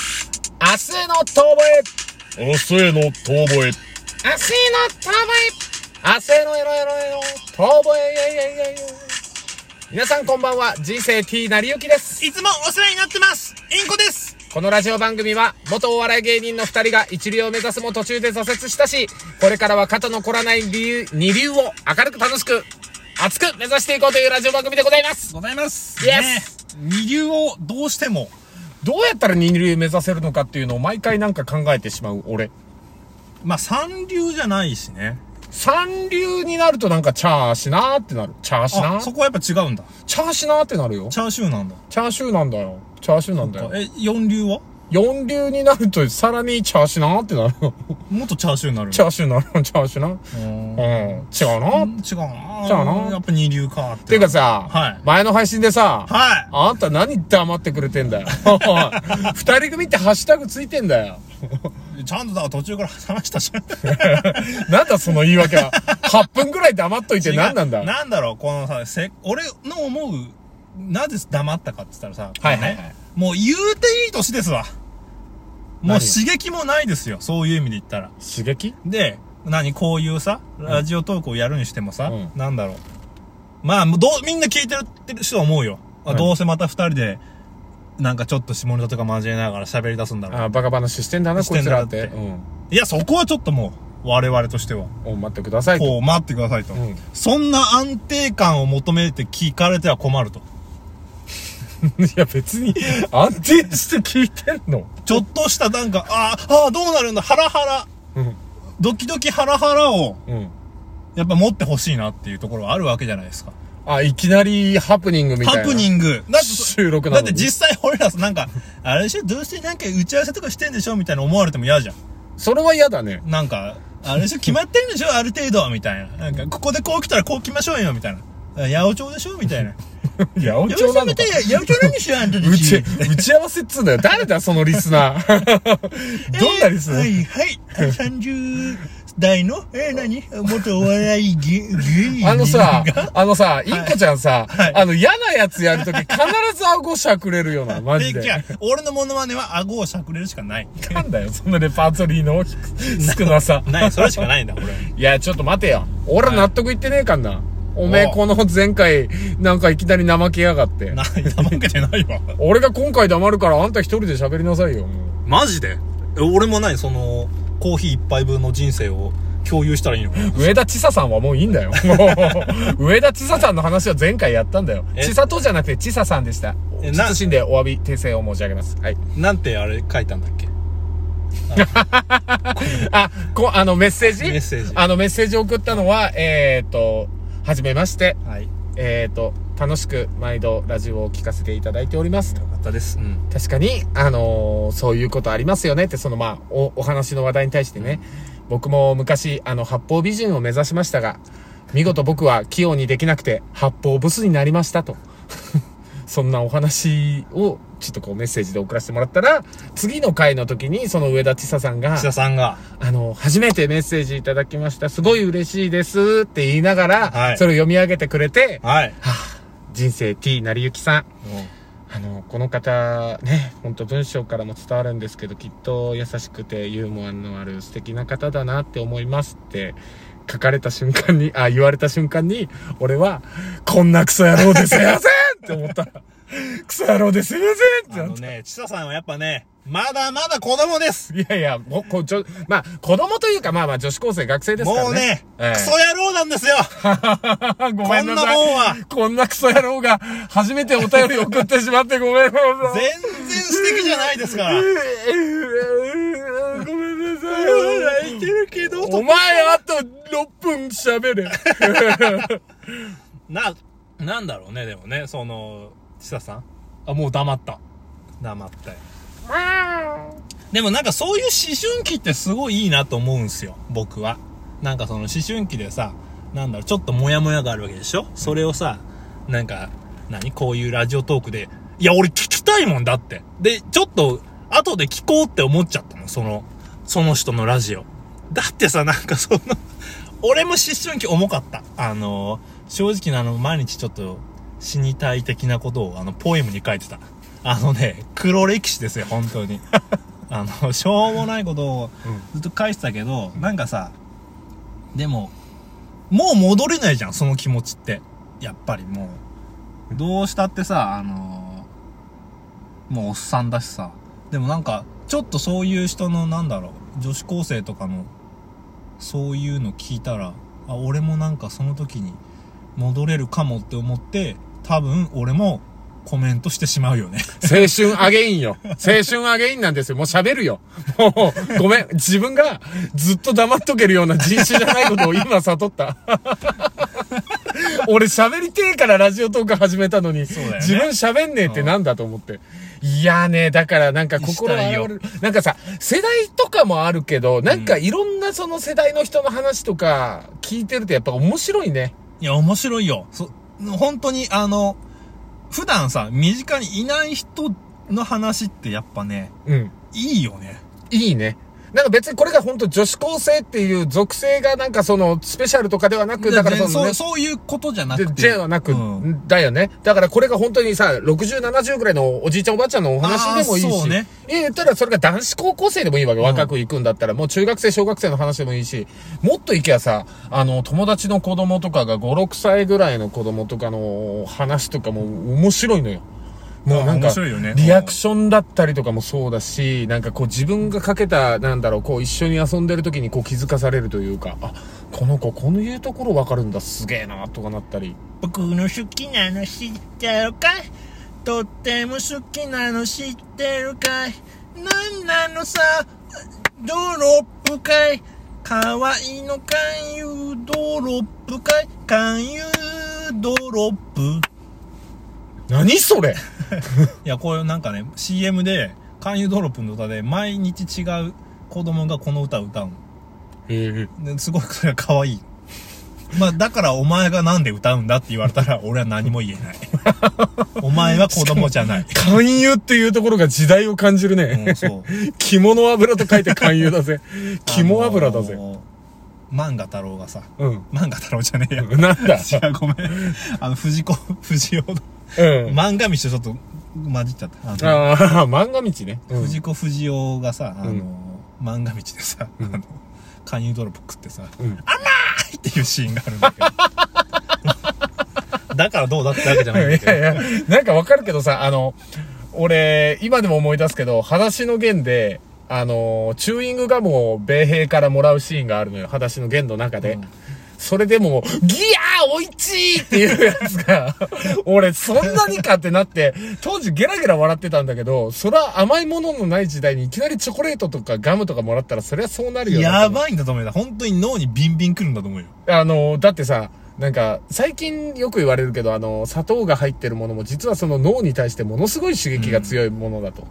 明日の遠吠明日への遠吠え。え明日の遠吠え明日のエロエロエロ遠吠えいやいやいやいや皆さんこんばんは人生 T なりゆきですいつもお世話になってますインコですこのラジオ番組は元お笑い芸人の2人が一流を目指すも途中で挫折したしこれからは肩の凝らない理由二流を明るく楽しく熱く目指していこうというラジオ番組でございますございます。 Yes 二流をどうしても、どうやったら二流目指せるのかっていうのを毎回なんか考えてしまう俺まあ三流じゃないしね。三流になるとなんかチャーシなーってなるチャーシなあ、ーそこはやっぱ違うんだ。チャーシなーってなるよチャーシューなんだ。チャーシューなんだよ。チャーシューなんだよ。え、四流は四流になるとさらにチャーシューなーってなる よ。もっとチャーシューになる。チャーシューなる チャーシューな。うーんうん。違うな。っ違うな違うなやっぱ二流かって。ていうか、さ、はい前の配信でさ、はい。あんた何黙ってくれてんだよ。 二人組ってハッシュタグついてんだよ。ちゃんとだから途中から話したし。なんだその言い 訳は。8分くらい黙っ といて何なんだ違うなんだろう、このさ、せ、俺の思う、なぜ黙ったかって言ったらさ、はいはいはいこのねもう言うていい年ですわ。もう刺激もないですよ、そういう意味で言ったら。刺激で、何、こういうさ、ラジオトークをやるにしてもさ、うんなんだろう。まあ、もうどう、みんな聞いてるってる人は思うよ。あうんどうせまた二人で、なんかちょっと下ネタとか交えながら喋り出すんだろう。あバカ話してんだな、しこいてんつだらなっ。っててうん。いや、そこはちょっともう、我々としては。お待ってくださいと。こう、待ってくださいと。うんそんな安定感を求めて聞かれては困ると。 いや別に安定して聞いてんの。ちょっとしたなんか、あーあー、どうなるんだ、ハラハラ、うん。ドキドキハラハラを、うん。やっぱ持ってほしいなっていうところはあるわけじゃないですか。あ、いきなりハプニングみたいハな。プニング。だって、収録なだのっにて実際俺らさ、なんか、あれでしょどうしてなんか打ち合わせとかしてんでしょみたいな思われても嫌じゃん。それは嫌だね。なんか、あれでしょ決まってんでしょある程度みたいな。なんか、ここでこう来たらこう来ましょうよみたいな。八百長でしょみたいな。いや、八百長みたいな。八百長なんでしょあんたた打ち、ち。打ち合わせっつうんだよ。誰だ、そのリスナー。 どんなリスナはーい、はい。30代の、え、何元お笑い芸芸人。あのさが、あのさ、インコちゃんさはい、あの嫌なやつやるとき必ず顎しゃくれるよ な、マジで、でじ。ゃあ俺のモノマネは顎をしゃくれるしかない。なんだよ、そのレパートリーの少なさ。ない、それしかないんだ、俺。いや、ちょっと待てよ。俺納得いってねえかんな。おめえおこの前回、なんかいきなり怠けやがって。ない、なわけじゃないわ。俺が今回黙るからあんた一人で喋りなさいよ、もう。マジでえ俺もないそのコーヒー一杯分の人生を共有したらいいのかな上田千沙さんはもういいんだ よ。もう上田千沙さんの話は前回やったんだよ。え千沙とじゃなくて千沙さんでした。えな謹んでお詫び、訂正を申し上げます。はい。なんてあれ書いたんだっけあ、こ、あの、メッセージメッセージあの、メッセージを送ったのは、えー、っと、はじめまして。はいよえー、っと、楽しく毎度ラジオを聞かせていただいております。かったですうん確かに、あのーそういうことありますよねって、そのまあ、お、お話の話題に対してね、僕も昔、あの、八方美人を目指しましたが、見事僕は器用にできなくて、八方ブスになりましたと。 そんなお話を、ちょっとこうメッセージで送らせてもらったら、次の回の時に、その上田千沙さんが岸、田さんがあの、初めてメッセージいただきました。すごい嬉しいですって言いながら、はいそれを読み上げてくれて、はいはぁ人生 T なりゆきさん、あのこの方ね本当文章からも伝わるんですけどきっと優しくてユーモアのある素敵な方だなって思いますって書かれた瞬間にあ言われた瞬間に俺はこんなクソ野郎ですいませんって思ったクソ野郎ですいませんってなあのったね岸田さんはやっぱねまだまだ子供ですいやいやもうこうちょまあ子供というかまあまあ女子高生学生ですからねもうね、ええクソ野郎なんですよ ごこめんんななさいもんはこんなクソ野郎が初めてお便り送ってしまってごめんなさい全然素敵じゃないです から ごめんなさい。いてるけどお前あと6分喋れ。ななんだろうねでもねその岸田さんあもう黙った黙ったよでもなんかそういう思春期ってすごいいいなと思うんすよ、僕は。なんかその思春期でさ、なんだろう、ちょっとモヤモヤがあるわけでしょそれをさ、なんか、何こういうラジオトークで、いや、俺聞きたいもんだって。で、ちょっと、後で聞こうって思っちゃったの、その、その人のラジオ。だってさ、なんかその、 俺も思春期重かった。あの、正直なあの、毎日ちょっと、死にたい的なことを、あの、ポエムに書いてた。あのね、黒歴史ですよ、本当に。あの、 しょうもないことをうんずっと返してたけど、なんかさ、でも、もう戻れないじゃん、その気持ちって。やっぱりもう。どうしたってさ、あのもうおっさんだしさ。でもなんか、ちょっとそういう人の、なんだろう、女子高生とかの、そういうの聞いたら、あ、俺もなんかその時に戻れるかもって思って、多分俺もコメントしてしまうよね。青春アゲインよ。青春アゲインなんですよ。もう喋るよ。もう、ごめん。自分がずっと黙っとけるような人種じゃないことを今悟った。 俺喋りてえからラジオトーク始めたのに、そうだよね自分喋んねえってなんだと思って。いやね、だからなんか心したい洗よわれる。なんかさ、世代とかもあるけど、なんかいろんなその世代の人の話とか聞いてるとやっぱ面白いね。いや、面白いよ。そ、本当に、あの、普段さ、身近にいない人の話ってやっぱね、うん。いいよね。いいね。なんか別にこれが本当女子高生っていう属性がなんかそのスペシャルとかではなく、だから全然そのそう、ね、そういうことじゃなでくて。じゃなく、うんだよね。だからこれが本当にさ、60、70ぐらいのおじいちゃんおばあちゃんのお話でもいいあーそうし、ねえ言ったらそれが男子高校生でもいいわけ。ん若く行くんだったら、もう中学生、小学生の話でもいいし、もっと行けばさ、あの、友達の子供とかが5、6歳ぐらいの子供とかの話とかも面白いのよ。もうなんあー面か、白いよねリアクションだったりとかもそうだし、なんかこう自分がかけた、なんだろう、こう一緒に遊んでる時にこう気づかされるというか、あ、この子こういうところわかるんだ、すげえな、とかなったり。僕の好きなの知ってるかいとっても好きなの知ってるかいなんなのさ、ドロップかい可愛いの勧誘ドロップかい勧誘ドロップ。何それいや、こういうなんかね、CM で、勧誘ドロップの歌で、毎日違う子供がこの歌を歌うえの。ですごくそれが可愛い。まあ、だからお前がなんで歌うんだって言われたら、俺は何も言えない。お前は子供じゃない。勧誘っていうところが時代を感じるね。うん、 そう。肝の油と書いて勧誘だ ぜ。肝油だあぜ。のー。漫画太郎がさ、うん。漫画太郎じゃねえや。なん だ違う、ごめん。あの、藤子、藤尾の、うん。漫画道とちょっと混じっちゃった。あのああ、 漫画道ね。うん藤子不二雄がさ、あの、うん漫画道でさ、あの、勧誘ドロップ食ってさ、うん甘いっていうシーンがあるんだけど。 だからどうだってわけじゃないんだいけど。やいや、なんかわかるけどさ、あの、俺、今でも思い出すけど、裸足の弦で、あの、チューイングガムを米兵からもらうシーンがあるのよ。裸足の弦の中で。うんそれでも、ギヤーおいちーっていうやつが、 俺、そんなにかってなって、当時ゲラゲラ笑ってたんだけど、そりゃ甘いもののない時代にいきなりチョコレートとかガムとかもらったら、そりゃそうなるよなと思ってやばいんだと思うよ。本当に脳にビンビン来るんだと思うよ。あの、だってさ、なんか、最近よく言われるけど、あの、砂糖が入ってるものも、実はその脳に対してものすごい刺激が強いものだと。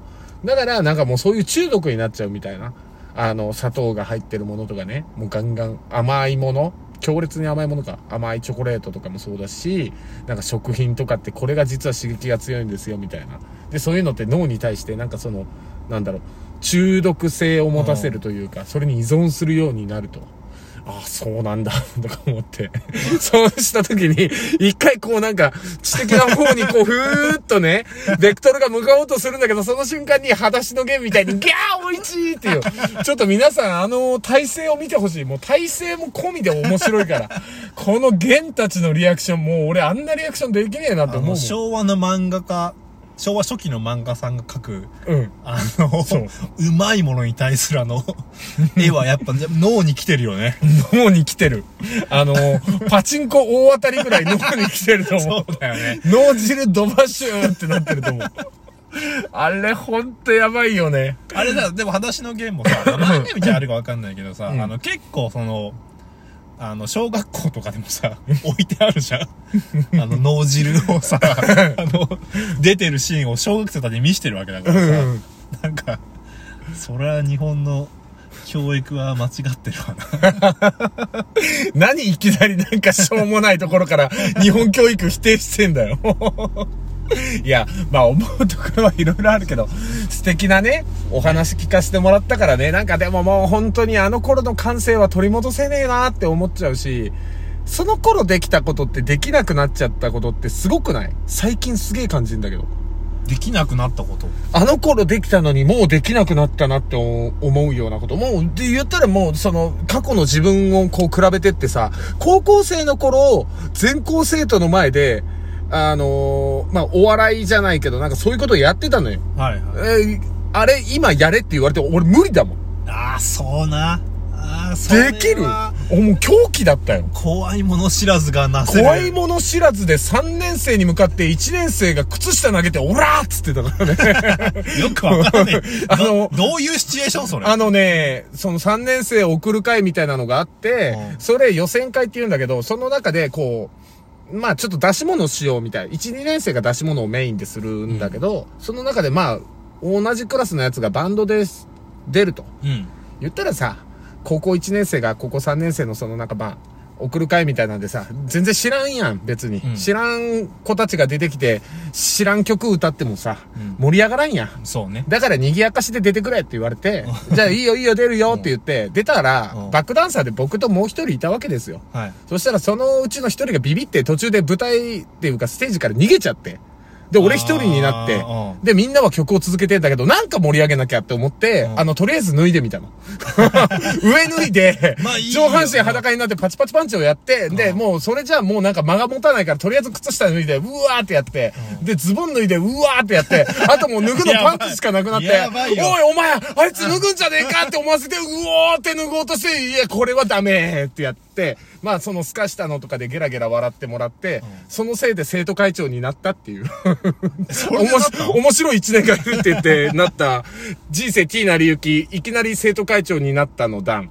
だから、なんかもうそういう中毒になっちゃうみたいな。あの、砂糖が入ってるものとかね、もうガンガン甘いもの、強烈に甘いものか、甘いチョコレートとかもそうだし、なんか食品とかってこれが実は刺激が強いんですよ、みたいな。で、そういうのって脳に対して、なんかその、なんだろう、中毒性を持たせるというか、それに依存するようになると。ああ、そうなんだ、 とか思って。そうした時に、一回こうなんか、知的な方にこう、ふーっとね、ベクトルが向かおうとするんだけど、その瞬間に、裸足の弦みたいに、ギャーおいちーっていう。ちょっと皆さん、あの、体勢を見てほしい。もう体勢も込みで面白いから。この弦たちのリアクション、もう俺あんなリアクションできねえなってあ思うの、もん。昭和の漫画家、昭和初期の漫画さんが描く、うん。あの、そううまいものに対するあの、絵はやっぱ脳に来てるよね。脳に来てる。あの、パチンコ大当たりぐらい脳に来てると思う。だよね。脳汁ドバシューンってなってると思う。あれほんとやばいよね。あれ だ、でも裸足のゲームもさ、何で見てあるかわかんないけどさ、うんあの、結構その、あの、小学校とかでもさ、置いてあるじゃん。 あの、脳汁を さ、あの、出てるシーンを小学生たちに見してるわけだからさ、うんなんか、それは日本の教育は間違ってるわな。何いきなりなんかしょうもないところから日本教育否定してんだよ。 いや、まあ思うところはいろいろあるけど、素敵なね、お話聞かせてもらったからね、なんかでももう本当にあの頃の感性は取り戻せねえなって思っちゃうし、その頃できたことってできなくなっちゃったことってすごくない最近すげえ感じんだけど。できなくなったこと。あの頃できたのにもうできなくなったなって思うようなこと。もう、で言ったらもう、その、過去の自分をこう比べてってさ、高校生の頃、全校生徒の前で、あのーまあ、お笑いじゃないけど、なんかそういうことをやってたのよ。はいえはい。ーあれ、今やれって言われて、俺無理だもん。ああ、そうな。ああ、それはできるおもう狂気だったよ。怖いもの知らずがなせる。怖いもの知らずで3年生に向かって1年生が靴下投げて、オラーっつってたからね。。よくわからねえ あのどどういうシチュエーションそ れ。あのね、その3年生を送る会みたいなのがあって、うんそれ予選会って言うんだけど、その中でこう、まあちょっと出し物しようみたい。1、2年生が出し物をメインでするんだけど、その中でまあ、同じクラスのやつがバンドです、出ると。うん。言ったらさ、高校1年生が高校3年生のそのなんかまあ、送る会みたいなんでさ、全然知らんやん、別に。うん知らん子たちが出てきて、知らん曲歌ってもさ、うん盛り上がらんやん。そうね。だから賑やかしで出てくれって言われて、じゃあいいよいいよ出るよって言って、出たらう、んバックダンサーで僕ともう一人いたわけですよ。はい。そしたらそのうちの一人がビビって途中で舞台っていうかステージから逃げちゃって。で、俺一人になってあーうん、で、みんなは曲を続けてんだけど、なんか盛り上げなきゃって思って、うんあの、とりあえず脱いでみ たの。上脱いでまあいい、よ上半身裸になってパチパチパンチをやって、で、もうそれじゃあもうなんか間が持たないから、とりあえず靴下脱いで、うわーってやって、で、ズボン脱いで、うわーってやって、あともう脱ぐのパンツしかなくなって、やばいやばいよおいお前、あいつ脱ぐんじゃねえかって思わせて、うおーって脱ごうとして、いや、これはダメーってやって、まあ、そのすかしたのとかでゲラゲラ笑ってもらって、そのせいで生徒会長になったっていう。れでなったのおもし面白い一年間って言ってなった、人生 T なりゆき、いきなり生徒会長になったの段。